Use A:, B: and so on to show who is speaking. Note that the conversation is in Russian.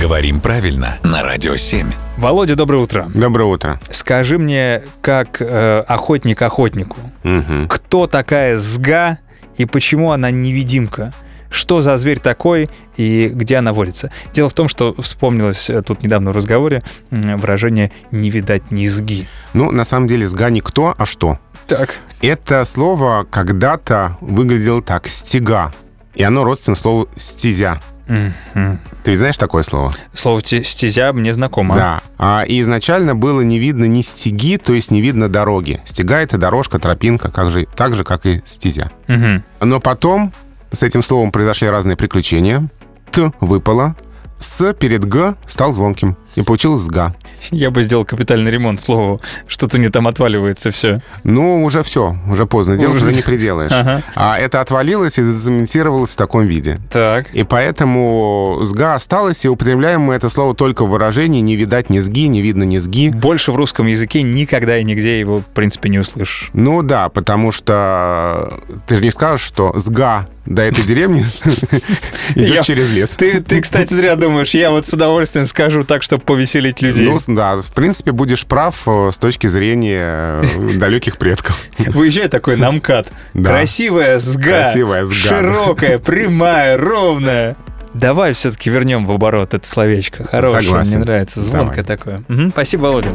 A: Говорим правильно на Радио 7.
B: Володя, доброе утро.
C: Доброе утро.
B: Скажи мне, как э, охотник охотнику,
C: Мгм.
B: кто такая сга и почему она невидимка? Что за зверь такой и где она водится? Дело в том, что вспомнилось э, тут недавно в разговоре м, выражение «не видать низги».
C: Ну, на самом деле, сга не кто, а что.
B: Так.
C: Это слово когда-то выглядело так, стега. И оно родственно слову стезя. Ты ведь знаешь такое слово?
B: Слово «те- «стезя» мне знакомо.
C: Да. А, и изначально было не видно ни стеги, то есть не видно дороги. Стега — это дорожка, тропинка, как же, так же, как и стезя.
B: Мгм.
C: Но потом с этим словом произошли разные приключения. Т выпало. С перед Г стал звонким. И получилось сга.
B: Я бы сделал капитальный ремонт слову. Что-то не там отваливается все.
C: Ну, уже все, уже поздно. Дело
B: Уже-
C: уже не приделаешь.
B: Ага.
C: А это отвалилось и зацементировалось в таком виде.
B: Так.
C: И поэтому сга осталось, и употребляем мы это слово только в выражении «не видать ни сги», «не видно ни сги».
B: Больше в русском языке никогда и нигде его, в принципе, не услышишь.
C: Ну да, потому что ты же не скажешь, что сга до этой деревни
B: Я-
C: идет через лес.
B: Ты, ты, кстати, зря думаешь. Я вот с удовольствием скажу так, чтобы повеселить людей.
C: Ну да, в принципе, будешь прав э, с точки зрения э, далеких предков.
B: Выезжай такой на МКАД.
C: Да.
B: Красивая сга.
C: Красивая сга.
B: Широкая, прямая, ровная. Давай все-таки вернем в оборот это словечко. Хорошее,
C: Согласен.
B: мне нравится. Звонкое такое. Мгм, Спасибо, Володя.